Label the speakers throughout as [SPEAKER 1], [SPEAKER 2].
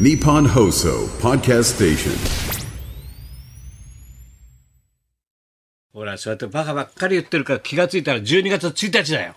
[SPEAKER 1] Nippon Hoso Podcast Station.
[SPEAKER 2] ほら、そうやってバカばっかり言ってるから気がついたら12月1日だよ。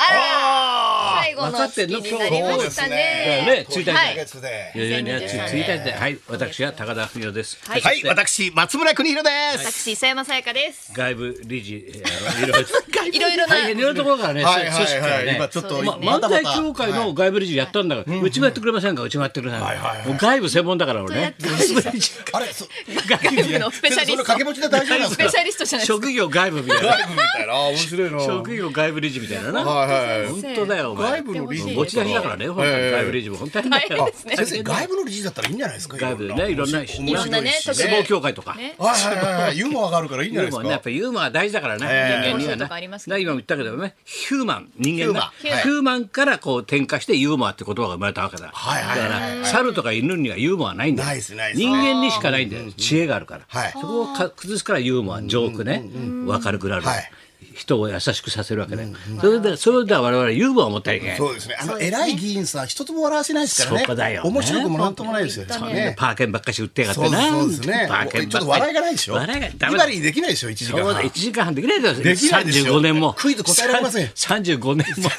[SPEAKER 3] 最後の月になりました
[SPEAKER 2] だよ
[SPEAKER 3] ね。
[SPEAKER 2] ね、1日だ
[SPEAKER 3] は
[SPEAKER 2] よ。
[SPEAKER 3] い
[SPEAKER 4] 月で。
[SPEAKER 2] 12月1日で、はい、私は高田文夫です。
[SPEAKER 3] はい
[SPEAKER 4] は
[SPEAKER 2] そし
[SPEAKER 4] い、
[SPEAKER 2] て
[SPEAKER 4] 私、松村邦弘です。
[SPEAKER 3] 私磯山さやかです。
[SPEAKER 2] 外部理事、えーあのいろいろ、
[SPEAKER 3] いろいろな
[SPEAKER 2] 大変いろんなところからね、
[SPEAKER 4] はい
[SPEAKER 2] 組
[SPEAKER 4] はい
[SPEAKER 2] 織から
[SPEAKER 4] はい、
[SPEAKER 2] ね
[SPEAKER 4] 今。ちょっと、
[SPEAKER 3] そうですね
[SPEAKER 2] 漫才協会の外部理事やったんだから、うちもやってくれませんか、うちもやってくれない
[SPEAKER 4] はいはいはい
[SPEAKER 2] もう外部専門だから俺ね。外部理事
[SPEAKER 4] あれ、そ
[SPEAKER 3] 外部のスペシャ
[SPEAKER 4] そ
[SPEAKER 3] リスト
[SPEAKER 4] の掛け。持ちで大丈夫なん
[SPEAKER 3] ス
[SPEAKER 4] です
[SPEAKER 3] ペ
[SPEAKER 4] か
[SPEAKER 3] シャリストじゃないですか。
[SPEAKER 2] 職業外部みたいな。
[SPEAKER 4] 外部みたいな、あ面白いな。
[SPEAKER 2] 職業外部理事みたいなな。
[SPEAKER 4] はいはい。
[SPEAKER 2] 本当だよ、お前。
[SPEAKER 4] 外部の理事
[SPEAKER 2] 持ち出しだからね、ほら外部理事も本当に大
[SPEAKER 3] 大
[SPEAKER 2] 変だ
[SPEAKER 3] 変
[SPEAKER 2] よ
[SPEAKER 3] で。すね。
[SPEAKER 4] 先生、外部の理事だったらいいんじゃないですか。
[SPEAKER 2] 外部でね、いろんな、い
[SPEAKER 3] いろんなね、
[SPEAKER 2] 相
[SPEAKER 3] 特
[SPEAKER 2] 撲
[SPEAKER 3] に
[SPEAKER 2] 協会とか。
[SPEAKER 4] はいはいはいはい、ユーモアがあるからいいんじゃ
[SPEAKER 2] ユ
[SPEAKER 4] な
[SPEAKER 2] ー
[SPEAKER 4] い
[SPEAKER 2] モアね、や
[SPEAKER 4] です
[SPEAKER 2] っ
[SPEAKER 4] か。
[SPEAKER 2] ぱユーモアは大事だからね、
[SPEAKER 4] え
[SPEAKER 3] え
[SPEAKER 2] 人間には
[SPEAKER 3] 面白いとこありますけ
[SPEAKER 2] ね。
[SPEAKER 3] ど
[SPEAKER 2] 今も言ったけどね、ヒューマン、人間ね。ヒ
[SPEAKER 3] ヒューマン
[SPEAKER 2] ューマンからこう転化してユーモアって言葉が生まれたわけだ。だ
[SPEAKER 4] はいはいはい
[SPEAKER 2] から、猿とか犬にはユーモアないんだよ
[SPEAKER 4] ないですないです
[SPEAKER 2] 人間にしかないんだよ。知恵があるから。
[SPEAKER 4] はい
[SPEAKER 2] そこをか崩すからユーモア、ジョークね、わかるくなる
[SPEAKER 4] はい。
[SPEAKER 2] 人を優しくさせるわけね。それで、それでは我々ユーモアを持ったらいけない。
[SPEAKER 4] そうですね。あの偉い議員さん、一つも笑わせないですからね。
[SPEAKER 2] そこだよね
[SPEAKER 4] 面白くもなんともないですよ。
[SPEAKER 3] 本当に
[SPEAKER 4] ね。
[SPEAKER 2] パーケンばっかし売ってやがって
[SPEAKER 4] そうで
[SPEAKER 2] な。
[SPEAKER 4] すそうですね
[SPEAKER 2] パーケンばっか。り
[SPEAKER 4] ちょっと笑いがないでしょ。
[SPEAKER 2] 笑いがダメ
[SPEAKER 4] ビ
[SPEAKER 2] だ
[SPEAKER 4] バリーできないでしょ、一時間
[SPEAKER 2] そうだ、
[SPEAKER 4] 半
[SPEAKER 2] 1。時間半できないだろ、
[SPEAKER 4] できないですよ
[SPEAKER 2] 35年も。
[SPEAKER 4] クイズ答えられませんよ
[SPEAKER 2] さん35年 も。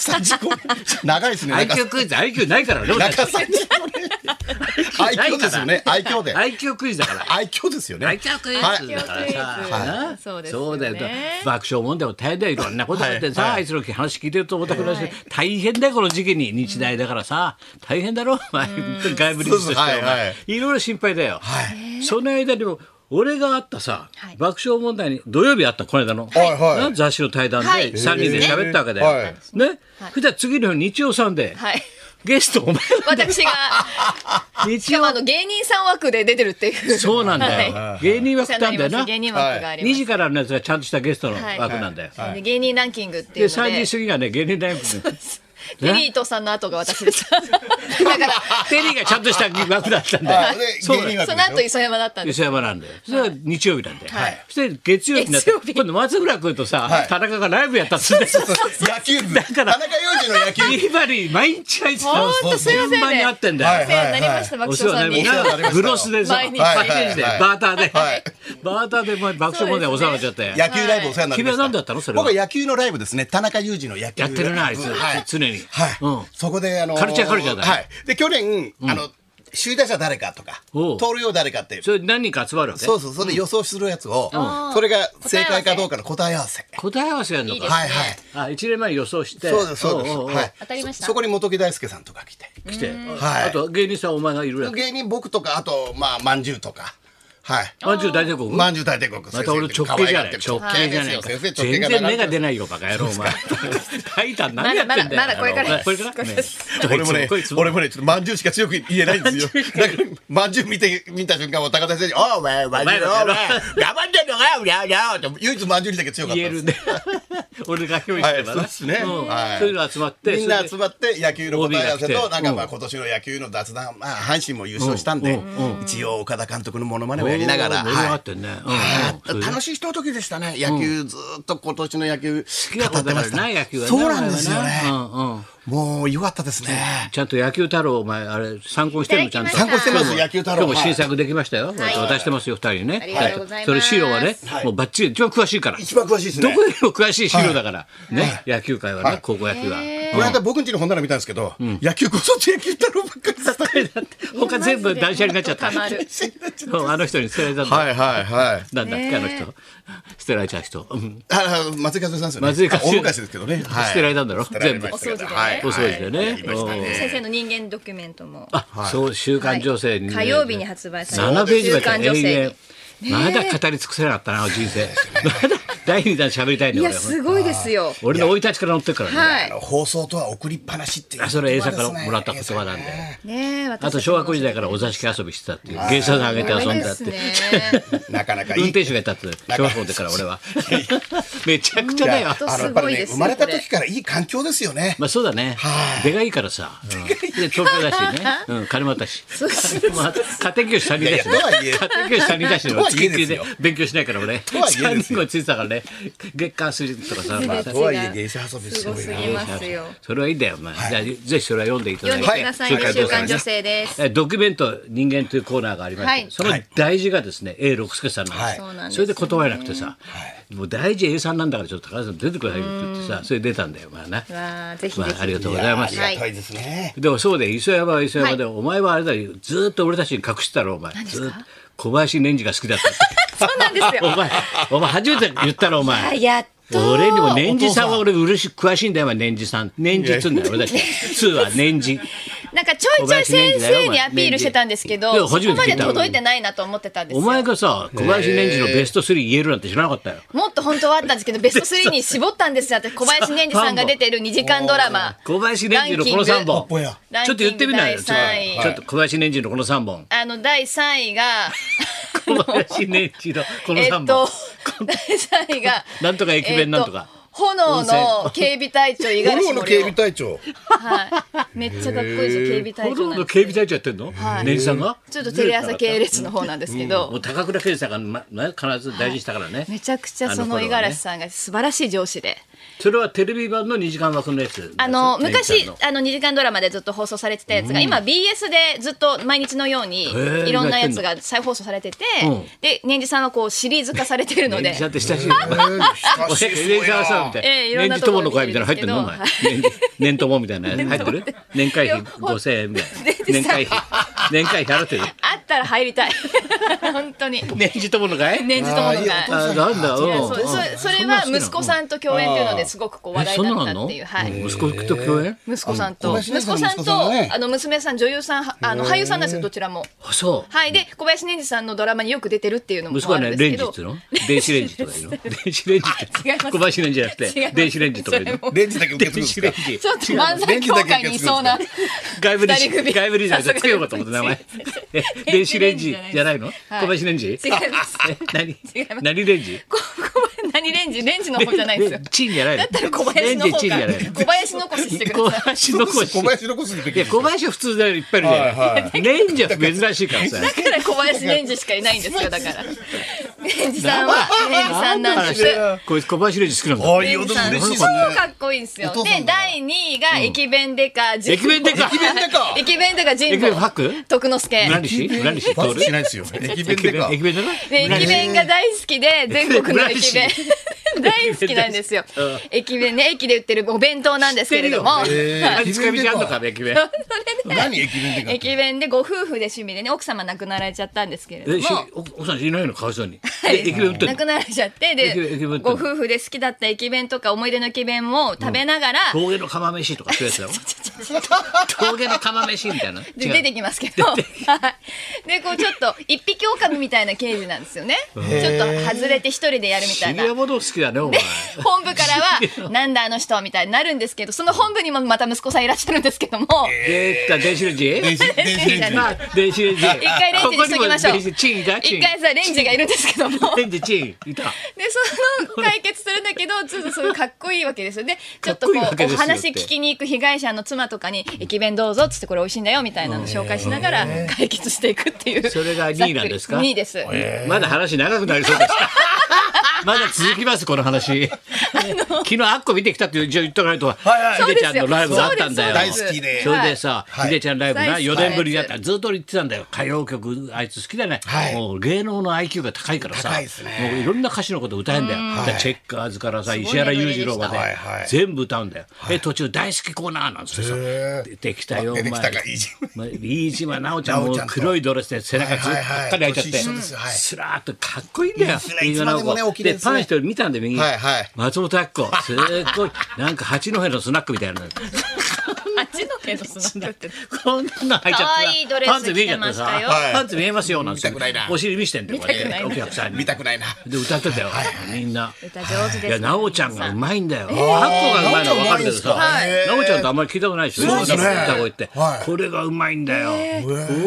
[SPEAKER 4] 長いですね。 なんか
[SPEAKER 2] IQ クイズ、IQ ないからね、俺たち
[SPEAKER 4] 中さんちのね愛嬌ですよね。愛嬌で。
[SPEAKER 2] IQ クイズだから。
[SPEAKER 4] 愛嬌ですよね。
[SPEAKER 2] 愛嬌クイズ
[SPEAKER 4] はい
[SPEAKER 2] だからさ、
[SPEAKER 3] はい
[SPEAKER 2] な
[SPEAKER 3] そうですよね
[SPEAKER 2] そうだよ爆笑問題も大変だよいろんなことがあってさ、
[SPEAKER 4] はいは
[SPEAKER 2] あ
[SPEAKER 4] い
[SPEAKER 2] いつの話聞いてると思ったくらいし、
[SPEAKER 3] はい
[SPEAKER 2] 大変だよこの時期に日大だからさ大変だろお前外部理事としては
[SPEAKER 4] そうそう
[SPEAKER 2] お前
[SPEAKER 4] はいはい
[SPEAKER 2] いろいろ心配だよ、
[SPEAKER 4] はい
[SPEAKER 2] その間にも俺が会ったさ、
[SPEAKER 3] はい
[SPEAKER 2] 爆笑問題に土曜日会ったこの間の、
[SPEAKER 4] はいは
[SPEAKER 2] な
[SPEAKER 4] い
[SPEAKER 2] 雑誌の対談で、
[SPEAKER 3] はい
[SPEAKER 2] 3人で喋ったわけだよ、
[SPEAKER 4] はい
[SPEAKER 2] ね、そしたら次の日日曜さんで、
[SPEAKER 3] はい。
[SPEAKER 2] ゲストお前
[SPEAKER 3] 私がし
[SPEAKER 2] 日
[SPEAKER 3] か
[SPEAKER 2] 曜
[SPEAKER 3] もあの芸人さん枠で出てるっていう。
[SPEAKER 2] そうなんだよ、
[SPEAKER 3] はい
[SPEAKER 2] 芸人
[SPEAKER 3] お
[SPEAKER 2] 枠
[SPEAKER 3] 世
[SPEAKER 2] 来
[SPEAKER 3] 話に
[SPEAKER 2] た
[SPEAKER 3] なり
[SPEAKER 2] んだ
[SPEAKER 3] ます
[SPEAKER 2] よな
[SPEAKER 3] 芸人枠がありま
[SPEAKER 2] 2
[SPEAKER 3] す。
[SPEAKER 2] 時からのやつはちゃんとしたゲストの
[SPEAKER 3] はい
[SPEAKER 2] 枠なんだよ、
[SPEAKER 3] で芸人ランキングってい
[SPEAKER 2] で
[SPEAKER 3] うので
[SPEAKER 2] 3時過ぎがね芸人大学の
[SPEAKER 3] テリーとさんの後が私 でした。だから
[SPEAKER 2] テリーがちゃんとした枠だったんだ
[SPEAKER 4] は
[SPEAKER 2] よ
[SPEAKER 4] いで
[SPEAKER 2] そうだ
[SPEAKER 4] 芸人
[SPEAKER 2] よ
[SPEAKER 4] 枠
[SPEAKER 3] その後磯山だったんです。
[SPEAKER 2] 磯山なんだよそれは日曜日なんだよ、
[SPEAKER 3] はい
[SPEAKER 2] そして月曜日になって
[SPEAKER 3] 月曜日
[SPEAKER 2] 今度松村君とさ、
[SPEAKER 4] はい
[SPEAKER 2] 田中がライブやったっつって
[SPEAKER 4] 野球部。
[SPEAKER 2] だから
[SPEAKER 4] 田中裕二の野球部。
[SPEAKER 2] ビバリー毎日あいつ
[SPEAKER 3] ほんとすいませんね
[SPEAKER 2] 順番に会ってんだよ、
[SPEAKER 4] はい
[SPEAKER 3] お世話になりました爆
[SPEAKER 2] お世
[SPEAKER 3] 笑さ
[SPEAKER 2] 話
[SPEAKER 3] ん
[SPEAKER 2] にな
[SPEAKER 3] に
[SPEAKER 2] りま。
[SPEAKER 4] お世
[SPEAKER 2] し
[SPEAKER 4] 話になりました
[SPEAKER 2] たブロスでさ
[SPEAKER 3] 毎日
[SPEAKER 2] パッケージで
[SPEAKER 4] はい
[SPEAKER 2] バーターで、
[SPEAKER 4] はい
[SPEAKER 2] バーターでもう爆笑問題お世話になっちゃって、
[SPEAKER 4] 野球ライブお世話になり
[SPEAKER 2] 君
[SPEAKER 4] ました。
[SPEAKER 2] は何だったのそれは
[SPEAKER 4] 僕は野球のライブですね。田中裕二の野球
[SPEAKER 2] やってるなあいつ、
[SPEAKER 4] はい。
[SPEAKER 2] 常に、
[SPEAKER 4] はい。
[SPEAKER 2] うん
[SPEAKER 4] そこで、あの
[SPEAKER 2] カルチャーカルチャーだね
[SPEAKER 4] はい。で、去年、あの、首位打者誰かとか、
[SPEAKER 2] おう
[SPEAKER 4] 盗塁王誰かっていう。
[SPEAKER 2] それ何人か集まるわけ
[SPEAKER 4] そうそう、それで予想するやつを、それが正解かどうかの答え合わせ。
[SPEAKER 2] 答え合わせやるのか
[SPEAKER 3] いいですね
[SPEAKER 4] はいはい。
[SPEAKER 2] あ一年前に予想して
[SPEAKER 4] そうです、そうです。
[SPEAKER 2] おおお
[SPEAKER 4] はい。
[SPEAKER 3] 当たりました
[SPEAKER 4] そそこに元木大輔さんとか来て。
[SPEAKER 2] 来て、
[SPEAKER 4] はい
[SPEAKER 2] あと芸人さんお前がいるやつ
[SPEAKER 4] 芸人僕とか、あと、まあ、まんじゅうとか。はい。
[SPEAKER 2] まんじゅう大帝国
[SPEAKER 4] まんじゅう大帝国。ま
[SPEAKER 2] また俺直径じゃない直径じゃない
[SPEAKER 4] 先生、直径
[SPEAKER 2] 全
[SPEAKER 4] が
[SPEAKER 2] 然目が
[SPEAKER 4] ない。
[SPEAKER 2] 出ないよバカ野郎お前タイタン何やってんだよ
[SPEAKER 3] まだまだまだこれから
[SPEAKER 2] お前これからね
[SPEAKER 4] 俺もね
[SPEAKER 2] こいつ、も
[SPEAKER 4] 俺もね、ちょっとまんじゅうしか強く言えないんですよ。だから、まんじゅう見て、見た瞬間、もう高田先生に、おいお前、まんじゅう、お前、
[SPEAKER 2] お前
[SPEAKER 4] 頑張ってんのかよ、りゃりゃって、唯一まんじゅうにだけ強かった
[SPEAKER 2] 言え
[SPEAKER 4] んで
[SPEAKER 2] る
[SPEAKER 4] す。
[SPEAKER 2] ね俺が憑依してたな
[SPEAKER 4] はいそうですね
[SPEAKER 2] ん
[SPEAKER 4] はい
[SPEAKER 2] そういうの集まって
[SPEAKER 4] みんな
[SPEAKER 2] そ
[SPEAKER 4] 集
[SPEAKER 2] れで
[SPEAKER 4] まって野球の答え合わせ
[SPEAKER 2] OB が来て
[SPEAKER 4] となんかまあ今年の野球の雑談、まあ、阪神も優勝したんで、一応岡田監督のものまねをやりながら、
[SPEAKER 2] おー盛り上が
[SPEAKER 4] は
[SPEAKER 2] ってんね、
[SPEAKER 4] い
[SPEAKER 2] うんうん
[SPEAKER 4] 楽しいひとときでしたね野球ずーっと今年の野球
[SPEAKER 2] 好きなこ
[SPEAKER 4] 語
[SPEAKER 2] と
[SPEAKER 4] って
[SPEAKER 2] だ
[SPEAKER 4] ま
[SPEAKER 2] か
[SPEAKER 4] し
[SPEAKER 2] らな
[SPEAKER 4] た
[SPEAKER 2] 野球はね
[SPEAKER 4] そうなんですよね
[SPEAKER 2] お前はなうんうん
[SPEAKER 4] もう良かったですね
[SPEAKER 2] ちゃんと野球太郎お前あれ参考にしてるのちゃんと
[SPEAKER 3] 参考してます
[SPEAKER 2] 今日も
[SPEAKER 4] 野球太郎
[SPEAKER 2] 今日も新作できましたよ、
[SPEAKER 3] い
[SPEAKER 2] 渡してますよ二人にね
[SPEAKER 3] ありがとうございます
[SPEAKER 2] それ資料はね、
[SPEAKER 4] はい
[SPEAKER 2] もうバッチリ一番詳しいから
[SPEAKER 4] 一番詳しいです
[SPEAKER 2] ど
[SPEAKER 4] ね
[SPEAKER 2] こよりも詳しい資料だから、ね、野球界はね、高校野球は、
[SPEAKER 4] この間僕ん家の本棚見たんですけど、野球こそって野球太郎ばっかりだった
[SPEAKER 2] 他全部断捨離になっちゃった
[SPEAKER 3] マジで本 当
[SPEAKER 2] そうあの人に捨てられたんだ、
[SPEAKER 4] いはいはい
[SPEAKER 2] なんだっけ、あの人捨てられちゃう人、うん
[SPEAKER 4] あ松井和代さんですよね
[SPEAKER 2] 松井和代
[SPEAKER 4] 大昔ですけどね、はい
[SPEAKER 2] 捨てられたんだろ
[SPEAKER 4] 捨てられましたけど
[SPEAKER 3] 全部
[SPEAKER 4] はい
[SPEAKER 2] お掃除でね
[SPEAKER 4] はいやりましたね
[SPEAKER 3] 先生の人間ドキュメントも
[SPEAKER 2] あ、そう週刊女性にね、
[SPEAKER 3] 火曜日に発売され
[SPEAKER 2] 7
[SPEAKER 3] た
[SPEAKER 2] ページま
[SPEAKER 3] 週刊
[SPEAKER 2] で
[SPEAKER 3] 女
[SPEAKER 2] 永
[SPEAKER 3] 性
[SPEAKER 2] 遠
[SPEAKER 3] に。
[SPEAKER 2] まだ語り尽くせなかったな人生 まだ第二弾喋りたいんだよ
[SPEAKER 3] いや
[SPEAKER 2] 俺は
[SPEAKER 3] すごいですよ
[SPEAKER 2] 俺の生い立ちから乗ってるからね、
[SPEAKER 3] は
[SPEAKER 4] あ
[SPEAKER 3] い
[SPEAKER 4] の放送とは送りっぱなしっていう、
[SPEAKER 2] あそれ映作からもらった言葉なんで
[SPEAKER 3] ねえ私
[SPEAKER 2] あと小学校時代からお座敷遊びしてたっていう芸者さんあげて遊んだって、
[SPEAKER 4] なかなかいい
[SPEAKER 2] 運転手がいたって小学校でから俺は めちゃくちゃだよ
[SPEAKER 3] ほんと
[SPEAKER 4] あのや
[SPEAKER 3] す
[SPEAKER 4] っぱ
[SPEAKER 3] ご
[SPEAKER 4] り
[SPEAKER 3] い
[SPEAKER 4] ね
[SPEAKER 3] です
[SPEAKER 4] 生
[SPEAKER 3] よ
[SPEAKER 4] まれた時からいい環境ですよね、
[SPEAKER 2] まあそうだね
[SPEAKER 4] はい
[SPEAKER 2] 出がいいからさ、うんで東京だしね、うん、金もあったし
[SPEAKER 3] そうそう
[SPEAKER 2] まあ、家庭教師3人だしね
[SPEAKER 4] いやいやとは
[SPEAKER 2] 家庭
[SPEAKER 4] いえ
[SPEAKER 2] 教師3人だしね
[SPEAKER 4] とはいえ
[SPEAKER 2] 月
[SPEAKER 4] です
[SPEAKER 2] で
[SPEAKER 4] よ
[SPEAKER 2] 勉強しないから俺
[SPEAKER 4] はいえ
[SPEAKER 2] 3
[SPEAKER 4] です
[SPEAKER 2] 人
[SPEAKER 4] よ
[SPEAKER 2] もついてたからねね月間水とかさ、まあ
[SPEAKER 3] 全
[SPEAKER 4] と
[SPEAKER 3] て
[SPEAKER 4] はいえ芸者遊びす
[SPEAKER 3] す
[SPEAKER 4] ご
[SPEAKER 3] ご
[SPEAKER 4] い
[SPEAKER 3] す
[SPEAKER 4] な
[SPEAKER 3] ぎますよ。
[SPEAKER 2] それはいいんだよ、まあじゃあぜひそれは読んでいただ
[SPEAKER 3] 読
[SPEAKER 2] いて、
[SPEAKER 3] んでくださいね。
[SPEAKER 4] はい
[SPEAKER 3] 週刊女性です。
[SPEAKER 2] えドキュメント人間というコーナーがありまして、
[SPEAKER 3] はい
[SPEAKER 2] その大事がですね、A 六輔さんなんです,、
[SPEAKER 3] はいそうなんです
[SPEAKER 2] それで断れなくてさ、もう大事 A さんなんだからちょっと高田さん出てくださいよって言ってさそれ出たんだよまあな
[SPEAKER 3] うわあぜひ
[SPEAKER 2] ま
[SPEAKER 3] ぜ
[SPEAKER 2] ああり
[SPEAKER 3] ひ。
[SPEAKER 2] がとうございます
[SPEAKER 4] やありがたいですね。
[SPEAKER 2] でもそうで磯山は磯山で、お前はあれだよずーっと俺たちに隠してたろお前
[SPEAKER 3] です
[SPEAKER 2] ず
[SPEAKER 3] か
[SPEAKER 2] ーっと小林年次が好きだったって
[SPEAKER 3] そうなんです
[SPEAKER 2] お
[SPEAKER 3] よ。
[SPEAKER 2] 前お前初めて言ったろお
[SPEAKER 3] あ
[SPEAKER 2] 前
[SPEAKER 3] やっと。
[SPEAKER 2] 俺にも年次さんは俺うれし詳しいんだよお前年次さん年次っつうんだよ俺たち2は年次
[SPEAKER 3] なんかちょいちょい先生にアピールしてたんですけど、
[SPEAKER 2] いや
[SPEAKER 3] そこ
[SPEAKER 2] 初めて
[SPEAKER 3] ま
[SPEAKER 2] 聞い
[SPEAKER 3] で
[SPEAKER 2] た
[SPEAKER 3] 届いてないなと思ってたんです
[SPEAKER 2] お
[SPEAKER 3] よ。
[SPEAKER 2] 前がさ小林年次のベスト3言えるなんて知らなかったよ
[SPEAKER 3] もっと本当はあったんですけど、ベスト3に絞ったんですよ。私小林年次さんが出てる2時間ドラマ。
[SPEAKER 2] 小林年次のこの3
[SPEAKER 4] ランキング
[SPEAKER 2] 本
[SPEAKER 3] ラン
[SPEAKER 2] ち
[SPEAKER 3] キ
[SPEAKER 2] ょっと
[SPEAKER 3] ング
[SPEAKER 2] 言ってみないよちょっ
[SPEAKER 3] 第三位
[SPEAKER 2] とちょっと小林年次のこの3本
[SPEAKER 3] あの、第3位が、
[SPEAKER 2] 小林年次のこの
[SPEAKER 3] えっ
[SPEAKER 2] 3
[SPEAKER 3] と、
[SPEAKER 2] 本、
[SPEAKER 3] 第3位が、
[SPEAKER 2] なんとか駅弁なんとか
[SPEAKER 3] えっ炎の警備隊長、五十嵐
[SPEAKER 4] 炎の警備
[SPEAKER 3] 森
[SPEAKER 4] 隊長。
[SPEAKER 3] はい。めっちゃかっこいいですよ、警備隊
[SPEAKER 2] ほ
[SPEAKER 3] 長
[SPEAKER 2] と
[SPEAKER 3] なんん
[SPEAKER 2] ど
[SPEAKER 3] です
[SPEAKER 2] 警備隊長やってんの、
[SPEAKER 3] はい
[SPEAKER 2] 年次さんが
[SPEAKER 3] ちょっとテレ朝系列の方なんですけど、
[SPEAKER 2] もう高倉健さんが、まね、必ず大事したからね、
[SPEAKER 3] めちゃくちゃそ
[SPEAKER 2] あ頃
[SPEAKER 3] の
[SPEAKER 2] はね
[SPEAKER 3] 五十嵐さんが素晴らしい上司で。
[SPEAKER 2] それはテレビ版の2時間枠のやつ
[SPEAKER 3] あの
[SPEAKER 2] 年次さ
[SPEAKER 3] 昔
[SPEAKER 2] んの
[SPEAKER 3] あの2時間ドラマでずっと放送されてたやつが、今 BS でずっと毎日のように
[SPEAKER 2] ー
[SPEAKER 3] いろんなやつが再放送されてて、
[SPEAKER 2] うん
[SPEAKER 3] で年次さんはこうシリーズ化されてるの
[SPEAKER 2] 年
[SPEAKER 3] で
[SPEAKER 2] 次さんって親し いよね年
[SPEAKER 4] 親
[SPEAKER 2] 次さんさみたいな、
[SPEAKER 3] ええいろ
[SPEAKER 2] 年
[SPEAKER 3] んな
[SPEAKER 2] 次
[SPEAKER 3] とこ
[SPEAKER 2] 友
[SPEAKER 3] ろ
[SPEAKER 2] の
[SPEAKER 3] に
[SPEAKER 2] 会みたいなの入ってんのお前
[SPEAKER 3] はい
[SPEAKER 2] 年次年友みたいなの入ってる年会費5000円みたいな
[SPEAKER 3] 年次
[SPEAKER 2] 年
[SPEAKER 3] さん
[SPEAKER 2] 会費年会費払ってる
[SPEAKER 3] あったら入りたい 本当に
[SPEAKER 2] 年次友の 会
[SPEAKER 3] 年次友の会いや
[SPEAKER 2] あなんだうん
[SPEAKER 3] そうそそれは息子さんと共演っていうのですごくこう話題
[SPEAKER 2] そんな
[SPEAKER 3] に
[SPEAKER 2] の
[SPEAKER 3] な
[SPEAKER 2] あん
[SPEAKER 3] ったっ
[SPEAKER 2] の
[SPEAKER 3] ていう、はい、
[SPEAKER 2] 息子と共演
[SPEAKER 3] 息子さんと
[SPEAKER 4] あ
[SPEAKER 3] 息子さんと
[SPEAKER 4] 息子さんのね
[SPEAKER 3] あの娘さん女優さんはあの俳優さんなんですよどちらも。
[SPEAKER 2] あそう
[SPEAKER 3] はい、で小林年次さんのドラマによく出てるっていうのも
[SPEAKER 2] 息子
[SPEAKER 3] あ
[SPEAKER 2] は
[SPEAKER 3] る
[SPEAKER 2] ね
[SPEAKER 3] んで
[SPEAKER 2] レン
[SPEAKER 3] すけ
[SPEAKER 2] ジ
[SPEAKER 3] ど
[SPEAKER 2] っつうの 電子レンジとかいうの電子レンジって
[SPEAKER 3] 違います
[SPEAKER 2] 小林レンジじゃなく
[SPEAKER 3] 違い
[SPEAKER 2] て
[SPEAKER 3] ます
[SPEAKER 2] 電子レンジとかいう
[SPEAKER 3] それ
[SPEAKER 2] の
[SPEAKER 3] も
[SPEAKER 4] レンジだけ受け継ぐ
[SPEAKER 2] 電
[SPEAKER 4] ん
[SPEAKER 2] 子レンジ
[SPEAKER 4] ですか
[SPEAKER 3] ちょっと漫才協会にいそうな
[SPEAKER 2] 外部リ
[SPEAKER 3] 二人組
[SPEAKER 2] 外部 リーダーじゃつけようかと思って名前え電子レンジじゃないの
[SPEAKER 3] はい
[SPEAKER 2] 小林レンジ
[SPEAKER 3] 違い ます
[SPEAKER 2] え何
[SPEAKER 3] 違います
[SPEAKER 2] 何レンジ
[SPEAKER 3] ここは何レンジレンジの方じゃないですよ
[SPEAKER 2] レンチンじゃないの
[SPEAKER 3] だったら小林の
[SPEAKER 2] レンジ
[SPEAKER 3] 方
[SPEAKER 2] チン
[SPEAKER 3] か
[SPEAKER 2] じゃ
[SPEAKER 3] ら
[SPEAKER 2] ないの
[SPEAKER 3] 小林残ししてく
[SPEAKER 2] 小
[SPEAKER 3] ださい
[SPEAKER 2] 林の子
[SPEAKER 4] 小林の子すぎて
[SPEAKER 2] いや小林は普通だよいっぱいいるじゃん
[SPEAKER 4] はい
[SPEAKER 2] レンジは珍しいからさ
[SPEAKER 3] だから小林レンジしかいないんですよだからレンジさんはレンジさんなんです
[SPEAKER 2] こいつ小林レンジ好きなんだ
[SPEAKER 4] ああい
[SPEAKER 3] レ
[SPEAKER 4] う
[SPEAKER 3] ンジ
[SPEAKER 4] 男
[SPEAKER 3] さん
[SPEAKER 4] 嬉し
[SPEAKER 3] 超
[SPEAKER 4] いですね。
[SPEAKER 3] かっこいいんですよ
[SPEAKER 4] お父さ
[SPEAKER 3] で
[SPEAKER 4] んだな
[SPEAKER 3] 第2位が駅弁デカ駅
[SPEAKER 2] 駅弁デカ
[SPEAKER 4] 駅弁デカ
[SPEAKER 3] 駅弁デカ神
[SPEAKER 2] 駅弁ファッ
[SPEAKER 3] 保
[SPEAKER 2] ク
[SPEAKER 3] 徳之助
[SPEAKER 2] 村西村西
[SPEAKER 4] パスし
[SPEAKER 2] 徹
[SPEAKER 4] ないですよ。駅弁
[SPEAKER 2] 駅
[SPEAKER 4] でか
[SPEAKER 2] 弁。駅弁だろ
[SPEAKER 3] で駅弁が大好きで全国の駅弁大好きなんですよ
[SPEAKER 2] うん
[SPEAKER 3] 駅弁ね駅で売ってるお弁当なんですけれども
[SPEAKER 2] 知ってるよ
[SPEAKER 4] え
[SPEAKER 2] あ
[SPEAKER 4] ー
[SPEAKER 2] つかみちゃんのかね駅弁
[SPEAKER 4] 何駅弁でかって。
[SPEAKER 3] 駅弁でご夫婦で趣味でね奥様亡くなられちゃったんですけれど
[SPEAKER 2] え
[SPEAKER 3] も
[SPEAKER 2] し奥奥さんいないのかわいそうにえ駅弁売ってん
[SPEAKER 3] 亡
[SPEAKER 2] の
[SPEAKER 3] くなられちゃって
[SPEAKER 2] 駅弁駅
[SPEAKER 3] で
[SPEAKER 2] 弁売ってんの
[SPEAKER 3] ご夫婦で好きだった駅弁とか思い出の駅弁を食べながら、
[SPEAKER 2] 峠の釜飯とかそういうやつだろ峠の釜飯みたいな
[SPEAKER 3] で
[SPEAKER 2] 違う
[SPEAKER 3] 出てきますけど、はい、でこうちょっと一匹狼みたいな刑事なんですよねちょっと外れて一人でやるみたい
[SPEAKER 2] 杉
[SPEAKER 3] な
[SPEAKER 2] 山も好きだねお前
[SPEAKER 3] 本部からは「なんだあの人」みたいになるんですけどその本部にもまた息子さんいらっしゃるんですけども
[SPEAKER 2] えーっと電子レンジ
[SPEAKER 4] 電子 電子レンジ。
[SPEAKER 2] まあ電子レンジ一
[SPEAKER 3] 一回レンジにしときましょう
[SPEAKER 2] チンいたチン
[SPEAKER 3] 一回さレンジがいるんですけども
[SPEAKER 2] レンジチンいた
[SPEAKER 3] でその解決するんだ けどちょっとそれかっこいいわけですよでちょっとこ
[SPEAKER 2] かっこいいわ
[SPEAKER 3] う
[SPEAKER 2] けです
[SPEAKER 3] お
[SPEAKER 2] よって
[SPEAKER 3] 話聞きに行く被害者の妻とかに「駅弁どうぞ」っつってこれ美味しいんだよみたいなの紹介しながら解決していくっていう
[SPEAKER 2] それが2位なんですか
[SPEAKER 3] 2位です
[SPEAKER 2] まだ話長くなりそうです まだ続きますこの 話昨日アッコ見てきたって一応言っとかないと
[SPEAKER 4] はい
[SPEAKER 2] ヒデちゃんのライブがあったんだよ
[SPEAKER 4] 大好きで
[SPEAKER 2] それでさ、
[SPEAKER 4] はい
[SPEAKER 2] ヒデちゃんライブな
[SPEAKER 3] はい
[SPEAKER 2] 4年ぶりだったずっと俺言ってたんだよ歌謡曲あいつ好きだね、
[SPEAKER 4] はい
[SPEAKER 2] もう芸能の IQ が高いからさ
[SPEAKER 4] 高いですね
[SPEAKER 2] もういろんな歌手のこと歌えんだよ、だからチェッカーズからさ石原裕次郎まで、
[SPEAKER 4] はいはい
[SPEAKER 2] 全部歌うんだよ、え途中大好きコーナーなんつってさ
[SPEAKER 4] へー
[SPEAKER 2] 出てきたよ
[SPEAKER 4] 出てきたか
[SPEAKER 2] お前
[SPEAKER 4] 飯島
[SPEAKER 2] まあ飯島奈緒ちゃん
[SPEAKER 4] 奈
[SPEAKER 2] も
[SPEAKER 4] 緒ちゃんと
[SPEAKER 2] 黒いドレスで背中ずっ
[SPEAKER 4] はいはいはい
[SPEAKER 2] とっかり開いちゃって
[SPEAKER 4] 年一緒ですはい
[SPEAKER 2] すらーっとかっこいいんだ
[SPEAKER 4] いい
[SPEAKER 2] よ
[SPEAKER 4] ですねいつまでもねお綺麗
[SPEAKER 2] で
[SPEAKER 4] ですね
[SPEAKER 2] パンして見たんで右に
[SPEAKER 4] はいはい
[SPEAKER 2] 松本明子すっごいなんか八戸のスナックみたいな
[SPEAKER 3] 八戸のスナックって
[SPEAKER 2] こんなの履いちゃってさ
[SPEAKER 3] 可愛いドレス
[SPEAKER 2] パンツ見えちゃってさ、
[SPEAKER 3] 着てましたよ
[SPEAKER 4] はい
[SPEAKER 2] パンツ見えますよなんて
[SPEAKER 4] 見たくないな
[SPEAKER 2] お尻見してんだよこれ
[SPEAKER 3] 見たくないな
[SPEAKER 2] お客さんに
[SPEAKER 4] 見たくないな。
[SPEAKER 2] で歌ってたよ、みんな。
[SPEAKER 3] 歌上手ですね
[SPEAKER 2] いや、なおちゃんがうまいんだよ。あっこがうまいのはわかるけどさ、
[SPEAKER 4] はい
[SPEAKER 2] なおちゃんとあんまり聞いたことないでしょ、
[SPEAKER 4] そうですね
[SPEAKER 2] 歌声って、
[SPEAKER 4] はい
[SPEAKER 2] これがうまいんだよ。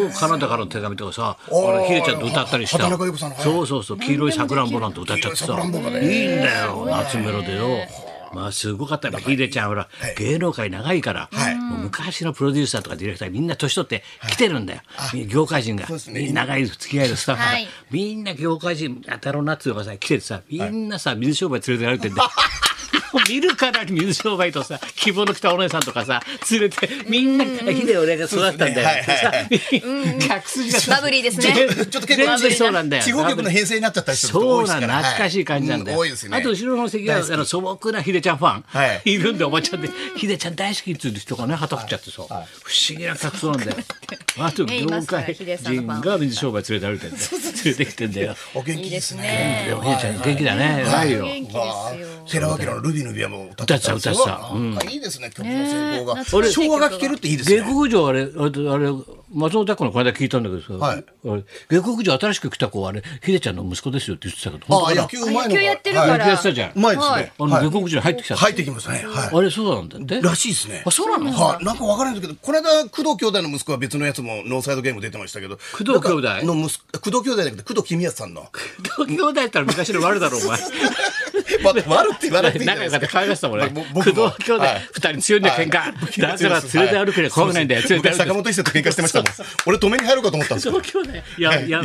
[SPEAKER 2] おカナダからの手紙とかさ、あ
[SPEAKER 4] おー
[SPEAKER 2] のひでちゃんと歌ったりした。
[SPEAKER 4] 畑中由子さんのはい
[SPEAKER 2] そうそうそう、黄色いさくらんぼなんて歌っちゃってさ、
[SPEAKER 4] 黄色いさくらんぼが
[SPEAKER 2] いいんだよ、夏メロでよ。まあすごかったやっぱヒデちゃんほら、芸能界長いから、もう昔のプロデューサーとかディレクターみんな年取って来てるんだよ、業界人が、
[SPEAKER 4] そうですね
[SPEAKER 2] みんな長い付き合いのスタッフが、
[SPEAKER 3] はい
[SPEAKER 2] みんな業界人あたろうなっつうのがさ来ててさみんなさ水商売連れてられてん だよもう見るからに水商売とさ希望の来たお姉さんとかさ連れてみんなヒデ俺が育ったんだよ、 ってさ客筋がさ
[SPEAKER 3] バブリーですね
[SPEAKER 2] 全
[SPEAKER 4] ちょっと結
[SPEAKER 2] 全
[SPEAKER 4] 構
[SPEAKER 2] 然そうなんだよ
[SPEAKER 4] 地方局の編成になっちゃった人と か
[SPEAKER 2] そ
[SPEAKER 4] 多いうです
[SPEAKER 2] なん
[SPEAKER 4] か
[SPEAKER 2] だ
[SPEAKER 4] ら
[SPEAKER 2] 懐かしい感じなんだよ、
[SPEAKER 4] はう多いですね
[SPEAKER 2] あと後ろの席はあ
[SPEAKER 4] 大好き
[SPEAKER 2] の素朴なヒデちゃんファン、、
[SPEAKER 4] はい
[SPEAKER 2] るんでおばちゃんで「ヒデちゃん大好き」っていう人がね旗振っちゃってそう、不思議な客層な んだよあと
[SPEAKER 3] ね
[SPEAKER 2] 業
[SPEAKER 3] いますから
[SPEAKER 2] 界
[SPEAKER 3] ヒデさんの
[SPEAKER 2] 人
[SPEAKER 3] ファン
[SPEAKER 2] が
[SPEAKER 3] は
[SPEAKER 2] 水商売連れて歩 いてんだよ連れてきてんだよ
[SPEAKER 4] お元
[SPEAKER 3] い
[SPEAKER 4] 気
[SPEAKER 3] いで
[SPEAKER 4] ですす
[SPEAKER 3] ね
[SPEAKER 4] ね
[SPEAKER 2] でもヒデちゃん元気だね偉いよ
[SPEAKER 3] 元気ですよ
[SPEAKER 4] 寺脇のルビーのビアも歌ってたんですよ
[SPEAKER 2] 歌ってた歌ってた
[SPEAKER 4] なんかいいですね曲の成功
[SPEAKER 3] ね懐
[SPEAKER 4] が
[SPEAKER 3] かしい曲
[SPEAKER 4] 昭和が聴けるっていいです
[SPEAKER 2] 下
[SPEAKER 4] ね
[SPEAKER 2] 克上あれあれあれ松本拓のこの間聞いたんだけどさ、
[SPEAKER 4] はい
[SPEAKER 2] あれ下克上新しく来た子はあれヒデちゃんの息子ですよって言ってたけど
[SPEAKER 4] あ
[SPEAKER 2] 本当
[SPEAKER 4] 野
[SPEAKER 2] か
[SPEAKER 4] 球
[SPEAKER 3] あ
[SPEAKER 4] うまい
[SPEAKER 3] 野
[SPEAKER 4] の
[SPEAKER 3] 球
[SPEAKER 4] が
[SPEAKER 3] やってるから、
[SPEAKER 2] 野球やってたじゃん
[SPEAKER 4] うまいです
[SPEAKER 3] は
[SPEAKER 4] ね
[SPEAKER 3] い
[SPEAKER 2] なあの下克上に入ってきたって、
[SPEAKER 4] 入ってきますねはい
[SPEAKER 2] あれそうなんだって
[SPEAKER 4] らしいですね
[SPEAKER 2] あそうなの
[SPEAKER 4] はい、なんか分からないんですけど、この間、工藤兄弟の息子は別のやつもノーサイドゲーム出てましたけど、
[SPEAKER 2] 工藤兄弟
[SPEAKER 4] なんかの息子工藤兄弟じゃなくて、工藤公康さんの。
[SPEAKER 2] 東京だったら昔の悪だろお前
[SPEAKER 4] ま悪って言 わなくていいんじ
[SPEAKER 2] 仲
[SPEAKER 4] ゃない
[SPEAKER 2] 良か
[SPEAKER 4] です
[SPEAKER 2] った可愛がってたもんね
[SPEAKER 4] まあ
[SPEAKER 2] 工
[SPEAKER 4] 僕
[SPEAKER 2] 藤
[SPEAKER 4] も
[SPEAKER 2] 兄弟
[SPEAKER 4] はい
[SPEAKER 2] 二人強いんだよ喧嘩だから連れて歩くには怖くないんだよ連れて歩
[SPEAKER 4] 昔坂
[SPEAKER 2] く
[SPEAKER 4] 本一世と喧嘩してましたもん。俺止めに入ろうかと思ったんですよ。
[SPEAKER 2] 東京だよやや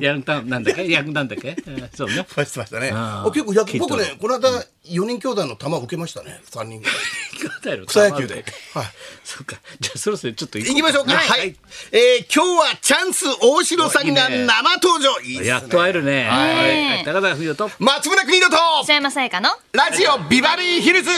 [SPEAKER 2] やんたんなんだっけやんなんだっけうんそう ね
[SPEAKER 4] ファイしてましたね。
[SPEAKER 2] あ
[SPEAKER 4] あ
[SPEAKER 2] ー
[SPEAKER 4] 結構や
[SPEAKER 2] きっと
[SPEAKER 4] 僕ね、この間四人兄弟の球を受けましたね。三人ぐらい。
[SPEAKER 2] 兄弟の
[SPEAKER 4] 草野球で。はい。
[SPEAKER 2] そうかじゃあそろそろちょっと行
[SPEAKER 4] 行きましょうか。はい。えー今日はチャンス大城さんが生登場。いいっすね
[SPEAKER 2] やっと会えるねはい高田冬と
[SPEAKER 4] 松村邦洋と
[SPEAKER 3] 北山さやかの
[SPEAKER 4] ラジオビバリーヒルズ。